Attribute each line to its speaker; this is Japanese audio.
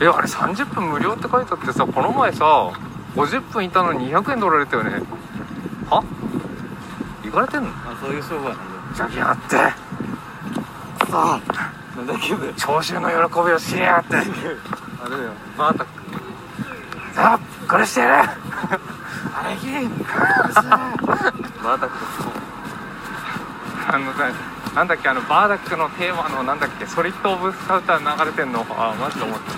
Speaker 1: えあれ30分無料って書いてあってさこの前さ50分いたのに200円取られたよねは行かれてんの
Speaker 2: まあ、そういう商売なん
Speaker 1: じゃきやってさあ
Speaker 2: で。だけど、
Speaker 1: 聴衆の喜びを知りやがって
Speaker 2: あれだよ。バータック。
Speaker 1: さあこれしてやれあれき
Speaker 2: バータック。
Speaker 1: あのさなんだっけあのバーダックのテーマのなんだっけソリッド・オブ・スカウター流れてんのあマジで思った